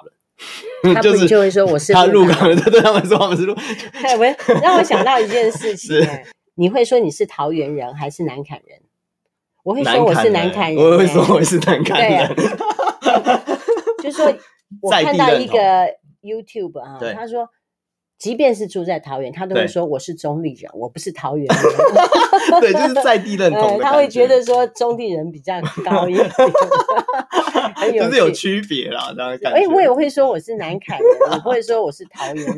Speaker 2: 人，
Speaker 1: 他
Speaker 2: 嗯就
Speaker 1: 不
Speaker 2: 是
Speaker 1: 就会说我是
Speaker 2: 他
Speaker 1: 鹿
Speaker 2: 鹿港人，对对，他们说他们是鹿，
Speaker 1: 哎， 我让我想到一件事情
Speaker 2: 是
Speaker 1: 哎，你会说你是桃园人还是南坎人？我会
Speaker 2: 南
Speaker 1: 说我是
Speaker 2: 坎
Speaker 1: 南
Speaker 2: 人
Speaker 1: 坎人，哎
Speaker 2: 我会说我是南坎
Speaker 1: 对
Speaker 2: 人
Speaker 1: 啊，就是 说我
Speaker 2: 在地
Speaker 1: 看到
Speaker 2: 认
Speaker 1: 一
Speaker 2: 同
Speaker 1: 个 YouTube 啊
Speaker 2: 对，
Speaker 1: 他说。即便是住在桃园，他都会
Speaker 2: 对
Speaker 1: 说我是中立人，我不是桃园人。
Speaker 2: 对，就是在地 认同
Speaker 1: 嗯，
Speaker 2: 的感
Speaker 1: 他会觉得说中立人比较高一 点，很有
Speaker 2: 就是有
Speaker 1: 趣。
Speaker 2: 区别啦，这样的感觉。
Speaker 1: 哎，我也会说我是南坎人，我不会说我是桃园 人，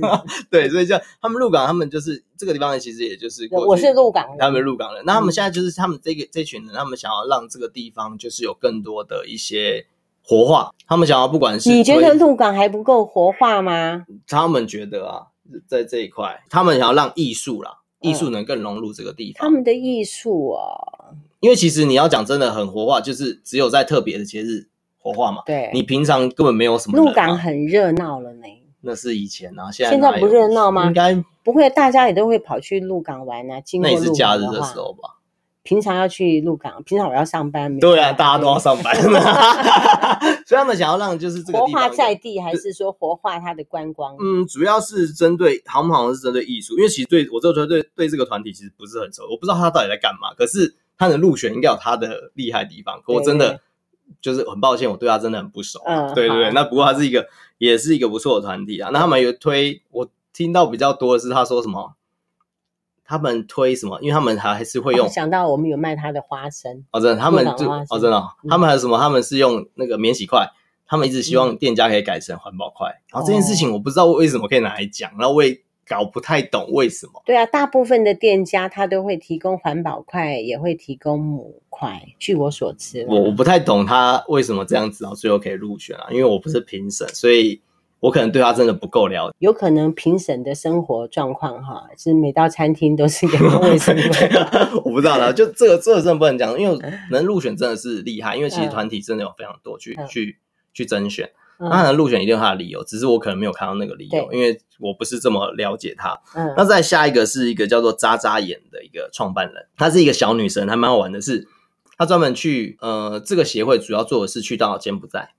Speaker 2: 对，所以像他们鹿港，他们就是这个地方，其实也就是过去
Speaker 1: 我是鹿港嗯人。
Speaker 2: 他们鹿港人。那他们现在就是他们这个这群人，他们想要让这个地方就是有更多的一些活化，他们想要不管是
Speaker 1: 你觉
Speaker 2: 推
Speaker 1: 得鹿港还不够活化吗？
Speaker 2: 他们觉得啊，在这一块，他们想要让艺术啦。
Speaker 1: 嗯
Speaker 2: 艺术能更融入这个地
Speaker 1: 他
Speaker 2: 方，
Speaker 1: 们的艺术哦，
Speaker 2: 因为其实你要讲真的很活化，就是只有在特别的节日活化嘛。
Speaker 1: 对，
Speaker 2: 你啊平常根本没有什么人嘛。
Speaker 1: 鹿港很热闹了呢。
Speaker 2: 那是以前啊，现在
Speaker 1: 现
Speaker 2: 哪
Speaker 1: 在不
Speaker 2: 有
Speaker 1: 热闹吗
Speaker 2: 应？该
Speaker 1: 不会，大家也都会跑去鹿港玩啊。经
Speaker 2: 那
Speaker 1: 过
Speaker 2: 也是
Speaker 1: 鹿
Speaker 2: 假日
Speaker 1: 港
Speaker 2: 的
Speaker 1: 话
Speaker 2: 时，候吧。
Speaker 1: 平常要去鹿港，平常我要上班。没
Speaker 2: 对啊，
Speaker 1: 办法
Speaker 2: 大家都要上班， 所以他们想要让就是这个
Speaker 1: 活
Speaker 2: 地方
Speaker 1: 化
Speaker 2: 有
Speaker 1: 在地，还是说活化它的观光？
Speaker 2: 嗯，主要是针对好不好是针对艺术，因为其实对我这个团队对这个团体其实不是很熟，我不知道他到底在干嘛。可是他的入选应该有他的厉害的地方，可我
Speaker 1: 对
Speaker 2: 真
Speaker 1: 对
Speaker 2: 的就是很抱歉，我对他真的很不熟。
Speaker 1: 嗯
Speaker 2: 对对对，
Speaker 1: 好
Speaker 2: 那不过他是一个也是一个不错的团体啊。那他们有推，我听到比较多的是他说什么，他们推什么，因为他们还还是会用
Speaker 1: 我想到我们有卖它的花生，
Speaker 2: 哦，真的，他们
Speaker 1: 不
Speaker 2: 就
Speaker 1: 老花
Speaker 2: 哦，
Speaker 1: 是
Speaker 2: 真的哦、
Speaker 1: 嗯
Speaker 2: 他们还有什么？他们是用那个免洗筷，他们一直希
Speaker 1: 嗯
Speaker 2: 望店家可以改成环保筷。然后这件事
Speaker 1: 哦
Speaker 2: 情我不知道为什么可以拿来讲，然后我也搞不太懂为什么。
Speaker 1: 对啊，大部分的店家它都会提供环保块，也会提供母块。据我所知啦，
Speaker 2: 我我不太懂他为什么这样子，然后最后可以入选啊，因为我不是评审，所以我可能对他真的不够了解。
Speaker 1: 有可能评审的生活状况哈，是每到餐厅都是给他 卫生
Speaker 2: 我不知道啦，就这个这个真的不能讲，因为
Speaker 1: 嗯
Speaker 2: 能入选真的是厉害，因为其实团体真的有非常多去、
Speaker 1: 嗯
Speaker 2: 去去甄选。
Speaker 1: 嗯
Speaker 2: 当然入选一定有它的理由，只是我可能没有看到那个理由，
Speaker 1: 对
Speaker 2: 因为我不是这么了解它。
Speaker 1: 嗯
Speaker 2: 那再下一个是一个叫做渣渣眼的一个创办人，她是一个小女生，还蛮好玩的是，她专门去呃这个协会主要做的是去到柬埔寨，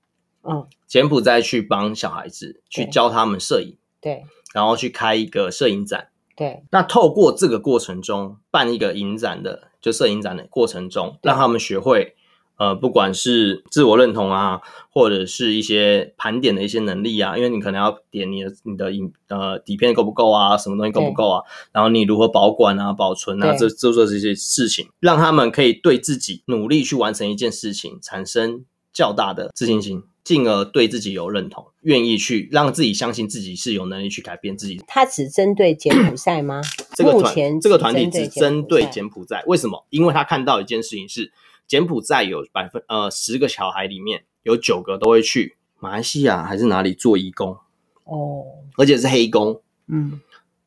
Speaker 1: 嗯，
Speaker 2: 柬埔寨去帮小孩子去
Speaker 1: 对
Speaker 2: 教他们摄影，
Speaker 1: 对
Speaker 2: 然后去开一个摄影展。
Speaker 1: 对
Speaker 2: 那透过这个过程中办一个影展的，就摄影展的过程中，
Speaker 1: 对
Speaker 2: 让他们学会。呃，不管是自我认同啊，或者是一些盘点的一些能力啊，因为你可能要点你的你的影呃底片够不够啊，什么东西够不够啊，然后你如何保管啊、保存啊，
Speaker 1: 对
Speaker 2: 这这做这些事情，让他们可以对自己努力去完成一件事情产生较大的自信心，进而对自己有认同，愿意去让自己相信自己是有能力去改变自己
Speaker 1: 它只针对柬埔寨吗？
Speaker 2: 这个
Speaker 1: 目
Speaker 2: 团
Speaker 1: 前
Speaker 2: 这个团体只
Speaker 1: 只
Speaker 2: 针
Speaker 1: 针
Speaker 2: 对
Speaker 1: 对
Speaker 2: 柬埔寨，为什么？因为他看到一件事情是，柬埔寨有百分呃十个小孩里面有九个都会去马来西亚还是哪里做义工，
Speaker 1: 哦，
Speaker 2: 而且是黑工，
Speaker 1: 嗯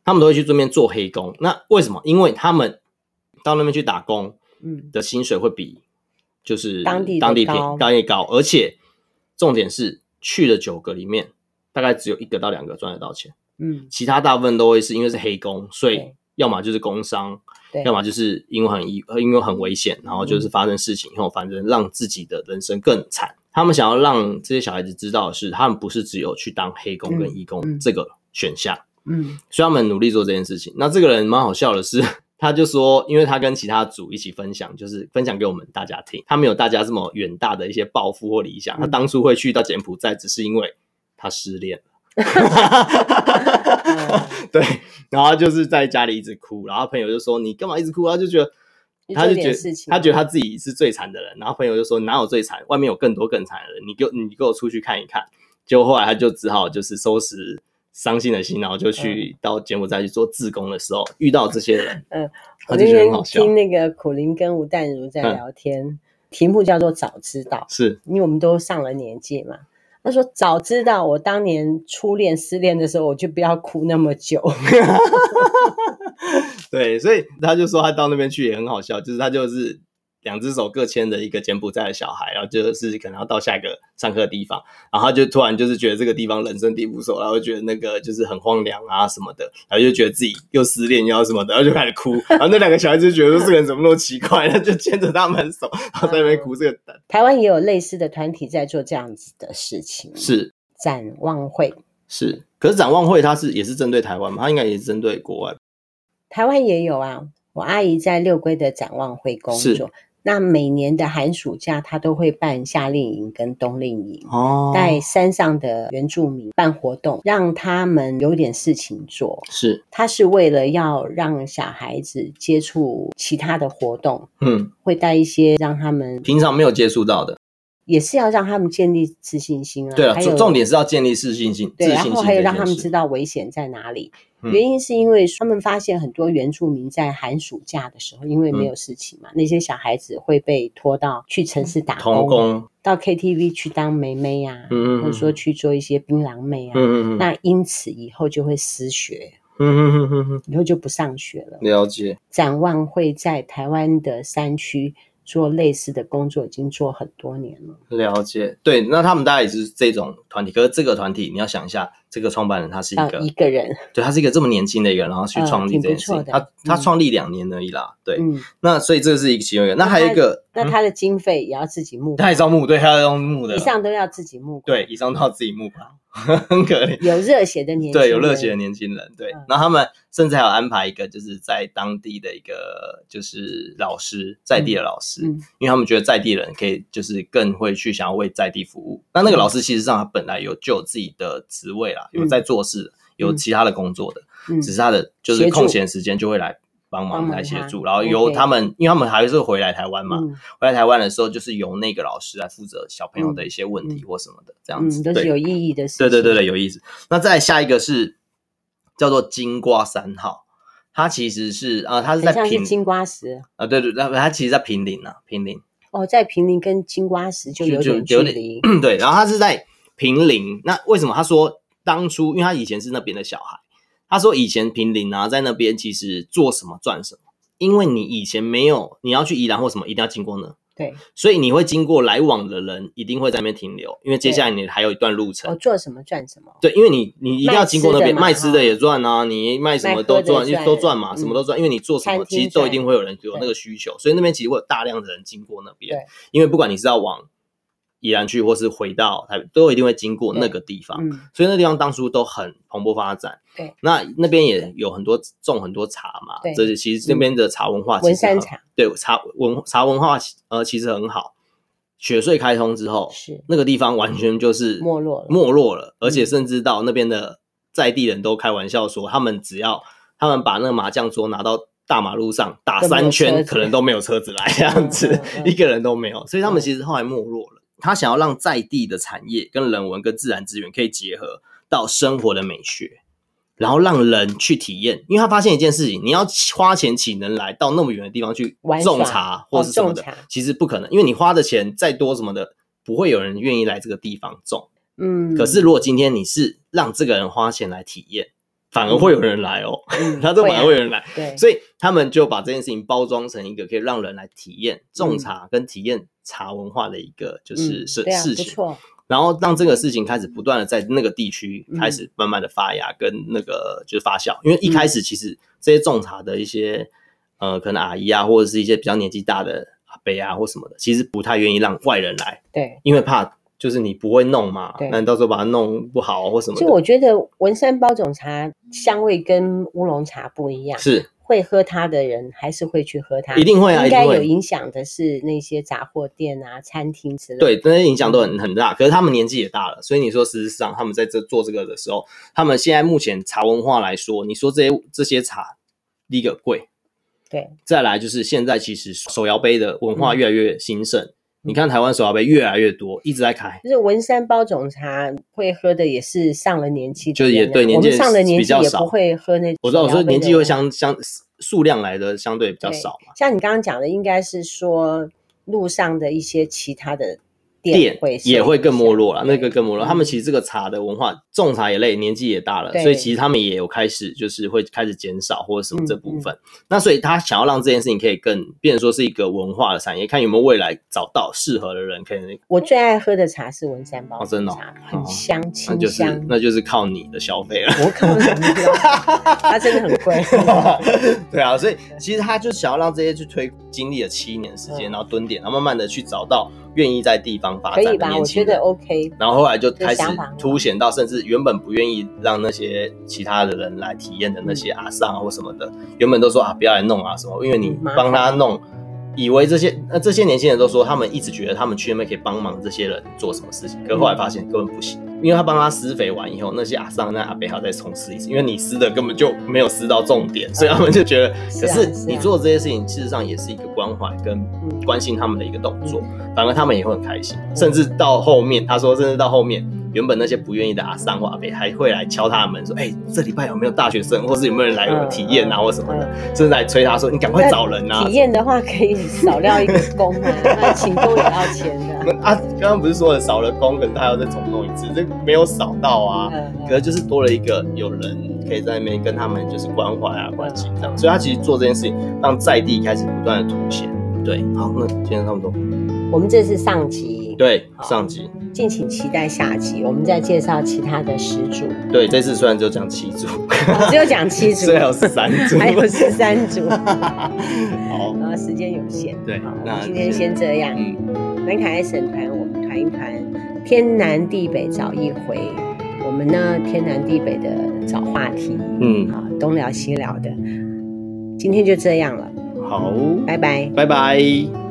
Speaker 2: 他们都会去这边做黑工。那为什么？因为他们到那边去打工
Speaker 1: 嗯，
Speaker 2: 的薪水会比就是
Speaker 1: 当地的
Speaker 2: 当地便
Speaker 1: 高
Speaker 2: 当地高，而且重点是去了九个里面，大概只有一个到两个赚得到钱。
Speaker 1: 嗯，
Speaker 2: 其他大部分都会是因为是黑工，所以
Speaker 1: 对
Speaker 2: 要么就是工伤，
Speaker 1: 对嗯
Speaker 2: 要么就是因为很意，呃因为很危险，然后就是发生事情以后，反正让自己的人生更惨。他们想要让这些小孩子知道的是，他们不是只有去当黑工跟义
Speaker 1: 嗯
Speaker 2: 工
Speaker 1: 嗯
Speaker 2: 这个选项，
Speaker 1: 嗯
Speaker 2: 所以他们努力做这件事情。那这个人蛮好笑的是，他就说，因为他跟其他组一起分享，就是分享给我们大家听，他没有大家这么远大的一些抱负或理想。他
Speaker 1: 嗯
Speaker 2: 当初会去到柬埔寨，只是因为他失恋了。
Speaker 1: 嗯
Speaker 2: 对，然后他就是在家里一直哭，然后朋友就说你干嘛一直哭？他就觉得，
Speaker 1: 你
Speaker 2: 他
Speaker 1: 做
Speaker 2: 就
Speaker 1: 点
Speaker 2: 觉得
Speaker 1: 事情啊
Speaker 2: 他觉得他自己是最惨的人，然后朋友就说哪有最惨，外面有更多更惨的人，你给我你给我出去看一看。结果后来他就只好就是收拾伤心的心，然后就去到柬埔寨去做自工的时候遇到这些人，
Speaker 1: 嗯，
Speaker 2: 他
Speaker 1: 我
Speaker 2: 就
Speaker 1: 那
Speaker 2: 觉得
Speaker 1: 天
Speaker 2: 很好笑，
Speaker 1: 听那个苦林跟吴淡如在
Speaker 2: 嗯
Speaker 1: 聊天，题目叫做“早知道
Speaker 2: 是”，
Speaker 1: 因为我们都上了年纪嘛。他说：“早知道我当年初恋失恋的时候，我就不要哭那么久。
Speaker 2: 对，所以他就说他到那边去也很好笑，就是他就是两只手各牵着一个柬埔寨的小孩，然后就是可能要到下一个上课的地方，然后他就突然就是觉得这个地方人生地不熟，然后觉得那个就是很荒凉啊什么的，然后就觉得自己又失恋又要什么的，然后 就开始哭，然后那两个小孩就觉得说这个人怎么那么奇怪，然后就牵着他们的手，然后在那边哭，这个
Speaker 1: 台湾也有类似的团体在做这样子的事情，
Speaker 2: 是
Speaker 1: 展望会，
Speaker 2: 是，可是展望会它是也是针对台湾嘛，它应该也是针对国外吧，
Speaker 1: 台湾也有啊。我阿姨在六龟的展望会工
Speaker 2: 是
Speaker 1: 作，那每年的寒暑假，她都会办夏令营跟冬令营。
Speaker 2: 哦
Speaker 1: 带山上的原住民办活动，让他们有点事情做。
Speaker 2: 是，
Speaker 1: 他是为了要让小孩子接触其他的活动，
Speaker 2: 嗯，
Speaker 1: 会带一些让他们，
Speaker 2: 平常没有接触到的，
Speaker 1: 也是要让他们建立自信心啊。
Speaker 2: 对了，
Speaker 1: 还有
Speaker 2: 重重点是要建立自信心，自
Speaker 1: 对，
Speaker 2: 信
Speaker 1: 然
Speaker 2: 心
Speaker 1: 后还有让他们
Speaker 2: 这件事
Speaker 1: 知道危险在哪里。
Speaker 2: 嗯
Speaker 1: 原因是因为他们发现很多原住民在寒暑假的时候，因为
Speaker 2: 嗯
Speaker 1: 没有事情嘛，那些小孩子会被拖到去城市打
Speaker 2: 童
Speaker 1: 工，啊
Speaker 2: 工，
Speaker 1: 到 KTV 去当妹妹呀、啊，
Speaker 2: 嗯嗯嗯
Speaker 1: 或者说去做一些槟榔妹啊。
Speaker 2: 嗯嗯嗯，
Speaker 1: 那因此以后就会失学，
Speaker 2: 嗯嗯嗯嗯嗯，
Speaker 1: 以后就不上学了。
Speaker 2: 了解，
Speaker 1: 展望会在台湾的山区做类似的工作，已经做很多年了。
Speaker 2: 了解，对，那他们大概也是这种团体，可是这个团体你要想一下，这个创办人他是一
Speaker 1: 啊
Speaker 2: 个，，
Speaker 1: 一个人，
Speaker 2: 对，他是一个这么年轻的一个人，然后去
Speaker 1: 嗯
Speaker 2: 创立
Speaker 1: 挺
Speaker 2: 这件
Speaker 1: 不
Speaker 2: 事
Speaker 1: 错
Speaker 2: 情，
Speaker 1: 的
Speaker 2: 他他
Speaker 1: 嗯
Speaker 2: 创立两年而已啦，对，
Speaker 1: 嗯，
Speaker 2: 那所以这是一个其中一个，那还有一个，
Speaker 1: 那
Speaker 2: 嗯
Speaker 1: 他的经费也要自己募款，
Speaker 2: 他也招募，对，他要用募的
Speaker 1: 以，上都要自己募款。
Speaker 2: 对，以上都要自己募吧， 很可怜。
Speaker 1: 有热血的年轻人
Speaker 2: 对，有热血的年轻人，对，
Speaker 1: 嗯
Speaker 2: 然后他们甚至还有安排一个，就是在当地的一个就是老师，在地的老师，
Speaker 1: 嗯嗯
Speaker 2: 因为他们觉得在地人可以就是更会去想要为在地服务。那那
Speaker 1: 嗯
Speaker 2: 个老师其实上他本来有就有自己的职位啦，有在做事的，有其他的工作的，
Speaker 1: 嗯
Speaker 2: 只是他的就是
Speaker 1: 协助
Speaker 2: 空闲时间就会来帮
Speaker 1: 帮
Speaker 2: 忙
Speaker 1: 忙
Speaker 2: 来协
Speaker 1: 他
Speaker 2: 助，然后由
Speaker 1: OK
Speaker 2: 他们，因为他们还是回来台湾嘛，
Speaker 1: 嗯
Speaker 2: 回来台湾的时候就是由那个老师来负责小朋友的一些问题或什么的，这样
Speaker 1: 嗯
Speaker 2: 子，
Speaker 1: 嗯，都
Speaker 2: 对
Speaker 1: 是有意义的事情。
Speaker 2: 对对对对，有意思。那再下一个是叫做金瓜三号，它其实是啊、它是在
Speaker 1: 很像是
Speaker 2: 平
Speaker 1: 金瓜石
Speaker 2: 啊、对对，它它其实在平林啊，平林
Speaker 1: 哦，在平林跟金瓜石就
Speaker 2: 就
Speaker 1: 有
Speaker 2: 就
Speaker 1: 点距
Speaker 2: 有点
Speaker 1: 离。
Speaker 2: 对，然后它是在平林。那为什么他说当初，因为他以前是那边的小孩，他说以前平林啊，在那边其实做什么赚什么，因为你以前没有你要去宜兰或什么，一定要经过那。
Speaker 1: 对，
Speaker 2: 所以你会经过来往的人，一定会在那边停留，因为接下来你还有一段路程。
Speaker 1: 哦，做什么赚什么。
Speaker 2: 对，因为你你一定要经过那边，卖
Speaker 1: 卖
Speaker 2: 吃
Speaker 1: 吃的嘛嗯
Speaker 2: 的也赚啊，你卖什么都赚，
Speaker 1: 卖喝的也赚
Speaker 2: 都赚嘛，
Speaker 1: 嗯
Speaker 2: 什么都赚，因为你做什么
Speaker 1: 餐
Speaker 2: 其
Speaker 1: 厅
Speaker 2: 实都一
Speaker 1: 赚
Speaker 2: 定会有人有那
Speaker 1: 对
Speaker 2: 个需求，所以那边其实会有大量的人经过那边
Speaker 1: 对，
Speaker 2: 因为不管你是要往宜兰去，或是回到台北，都一定会经过那个地方，
Speaker 1: 嗯，
Speaker 2: 所以那地方当初都很蓬勃发展。
Speaker 1: 对，
Speaker 2: 那那边也有很多种很多茶嘛，
Speaker 1: 对
Speaker 2: 这是其实那边的茶文化其实
Speaker 1: 文山
Speaker 2: 很
Speaker 1: 茶
Speaker 2: 对茶文茶文化呃其实很好，雪穗开通之后，
Speaker 1: 是
Speaker 2: 那个地方完全就是
Speaker 1: 没落了嗯
Speaker 2: 没落了，而且甚至到那边的在地人都开玩笑说，他们只要他们把那个麻将桌拿到大马路上打
Speaker 1: 都没有
Speaker 2: 三圈，
Speaker 1: 车子
Speaker 2: 可能都没有车子来这样子
Speaker 1: 嗯 嗯，嗯
Speaker 2: 一个人都没有，所以他们
Speaker 1: 嗯
Speaker 2: 其实后来没落了。他想要让在地的产业跟人文跟自然资源可以结合到生活的美学，然后让人去体验，因为他发现一件事情，你要花钱请人来到那么远的地方去
Speaker 1: 玩耍
Speaker 2: 种茶或是什么的，
Speaker 1: 哦种茶
Speaker 2: 其实不可能，因为你花的钱再多什么的，不会有人愿意来这个地方种。
Speaker 1: 嗯，
Speaker 2: 可是如果今天你是让这个人花钱来体验，反而会有人来哦，
Speaker 1: 嗯
Speaker 2: 他这反而会有人来，
Speaker 1: 对，
Speaker 2: 所以他们就把这件事情包装成一个可以让人来体验种茶跟体验茶文化的一个就是
Speaker 1: 嗯
Speaker 2: 事、
Speaker 1: 对啊
Speaker 2: 事
Speaker 1: 不
Speaker 2: 情。
Speaker 1: 错，
Speaker 2: 然后让这个事情开始不断的在那个地区
Speaker 1: 嗯
Speaker 2: 开始慢慢的发芽跟那个就是发酵，因为一开
Speaker 1: 嗯
Speaker 2: 始其实这些种茶的一些呃可能阿姨啊，或者是一些比较年纪大的阿伯啊或什么的，其实不太愿意让外人来，
Speaker 1: 对。
Speaker 2: 因为怕就是你不会弄嘛
Speaker 1: 对，
Speaker 2: 那你到时候把它弄不好或什么
Speaker 1: 就
Speaker 2: 的，
Speaker 1: 我觉得文山包种茶香味跟乌龙茶不一样，
Speaker 2: 是
Speaker 1: 会喝它的人还是会去喝它，
Speaker 2: 一定会啊，
Speaker 1: 应
Speaker 2: 一定
Speaker 1: 该有
Speaker 2: 会。
Speaker 1: 影响的是那些杂货店啊、餐厅之类的。
Speaker 2: 对，那些影响都很很大。可是他们年纪也大了，所以你说事实上他们在这做这个的时候，他们现在目前茶文化来说，你说这些这些茶，第一个贵，
Speaker 1: 对
Speaker 2: 再来就是现在其实手摇杯的文化越来越兴盛，你看台湾手摇杯越来越多，一直在开，
Speaker 1: 就是文山包种茶会喝的也是上了年纪的
Speaker 2: 就是
Speaker 1: 人啊，
Speaker 2: 也对年纪
Speaker 1: 我们上了年
Speaker 2: 比
Speaker 1: 纪
Speaker 2: 较
Speaker 1: 也
Speaker 2: 少
Speaker 1: 不会喝那。
Speaker 2: 我知道我说年纪会相相数量来的相对比较
Speaker 1: 对
Speaker 2: 少嘛，
Speaker 1: 像你刚刚讲的，应该是说路上的一些其他的
Speaker 2: 店
Speaker 1: 会
Speaker 2: 也会更没落
Speaker 1: 了
Speaker 2: 了，，那个更没落。
Speaker 1: 嗯
Speaker 2: 他们其实这个茶的文化仲裁也累，年纪也大了，
Speaker 1: 对
Speaker 2: 所以其实他们也有开始就是会开始减少或者什么这
Speaker 1: 嗯
Speaker 2: 部
Speaker 1: 嗯
Speaker 2: 分。那所以他想要让这件事情可以更变成说是一个文化的产业，看有没有未来找到适合的人，可以
Speaker 1: 我最爱喝的茶是文山包
Speaker 2: 哦真的哦
Speaker 1: 茶，
Speaker 2: 哦
Speaker 1: 很香，
Speaker 2: 那
Speaker 1: 清
Speaker 2: 就是
Speaker 1: 香。嗯
Speaker 2: 那就是靠你的消费了。
Speaker 1: 我靠，它真的很 贵。
Speaker 2: 对啊，所以其实他就想要让这些去推，经历了七年时间，
Speaker 1: 嗯
Speaker 2: 然后蹲点，然后慢慢的去找到愿意在地方发
Speaker 1: 可以
Speaker 2: 展的
Speaker 1: 吧？我
Speaker 2: 啊年轻
Speaker 1: 觉
Speaker 2: 人
Speaker 1: 得。OK。
Speaker 2: 然后后来就开始
Speaker 1: 这想法很好
Speaker 2: 凸显到，甚至原本不愿意让那些其他的人来体验的那些阿桑啊或什么的，原本都说啊不要来弄啊什么，因为你
Speaker 1: 嗯麻烦
Speaker 2: 帮他弄，以为这些呃这些年轻人都说他们一直觉得他们去那边可以帮忙这些人做什么事情，可后来发现根本不行，因为他帮他施肥完以后，那些阿桑那阿北还要再重施一次，因为你施的根本就没有施到重点，所以他们就觉得，
Speaker 1: 是
Speaker 2: 可
Speaker 1: 啊
Speaker 2: 是
Speaker 1: 是啊
Speaker 2: 你做这些事情事实上也是一个关怀跟
Speaker 1: 嗯
Speaker 2: 关心他们的一个动作。反而他们也会很开心。
Speaker 1: 哦
Speaker 2: 甚至到后面，他说，甚至到后面，
Speaker 1: 嗯
Speaker 2: 原本那些不愿意的阿桑或阿北还会来敲他的门，说：“哎、这礼拜有没有大学生，或是有没有人来
Speaker 1: 嗯
Speaker 2: 体验啊，
Speaker 1: 嗯
Speaker 2: 或什么的？”甚至来催他说：“你赶快找人啊
Speaker 1: 体！”验的话可以少料一个工啊，那请工也要钱 的。
Speaker 2: 啊，刚刚不是说了少了工，可是他要再重弄一次，这没有少到啊。
Speaker 1: 嗯
Speaker 2: 可是就是多了一个有人可以在那边跟他们就是关怀
Speaker 1: 嗯
Speaker 2: 啊、关心这样，所以他其实做这件事情，让在地开始不断的凸显。对，好，那今天差不多。
Speaker 1: 我们这是上集，
Speaker 2: 对，
Speaker 1: 好
Speaker 2: 上集
Speaker 1: 敬请期待下集，我们再介绍其他的十 组，
Speaker 2: 对这次虽然只有讲七组，
Speaker 1: 哦只有讲七组，
Speaker 2: 最好是三 组，
Speaker 1: 还有十三组，
Speaker 2: 好，
Speaker 1: 呃，时间有限。
Speaker 2: 对
Speaker 1: 好，我
Speaker 2: 那
Speaker 1: 们今天先这样。
Speaker 2: 嗯，
Speaker 1: 南凯爱省团，我们团一团，天南地北找一回。我们呢，天南地北的找话题，
Speaker 2: 嗯
Speaker 1: 啊，东聊西聊的。今天就这样了，
Speaker 2: 好，
Speaker 1: 拜拜。
Speaker 2: 拜拜。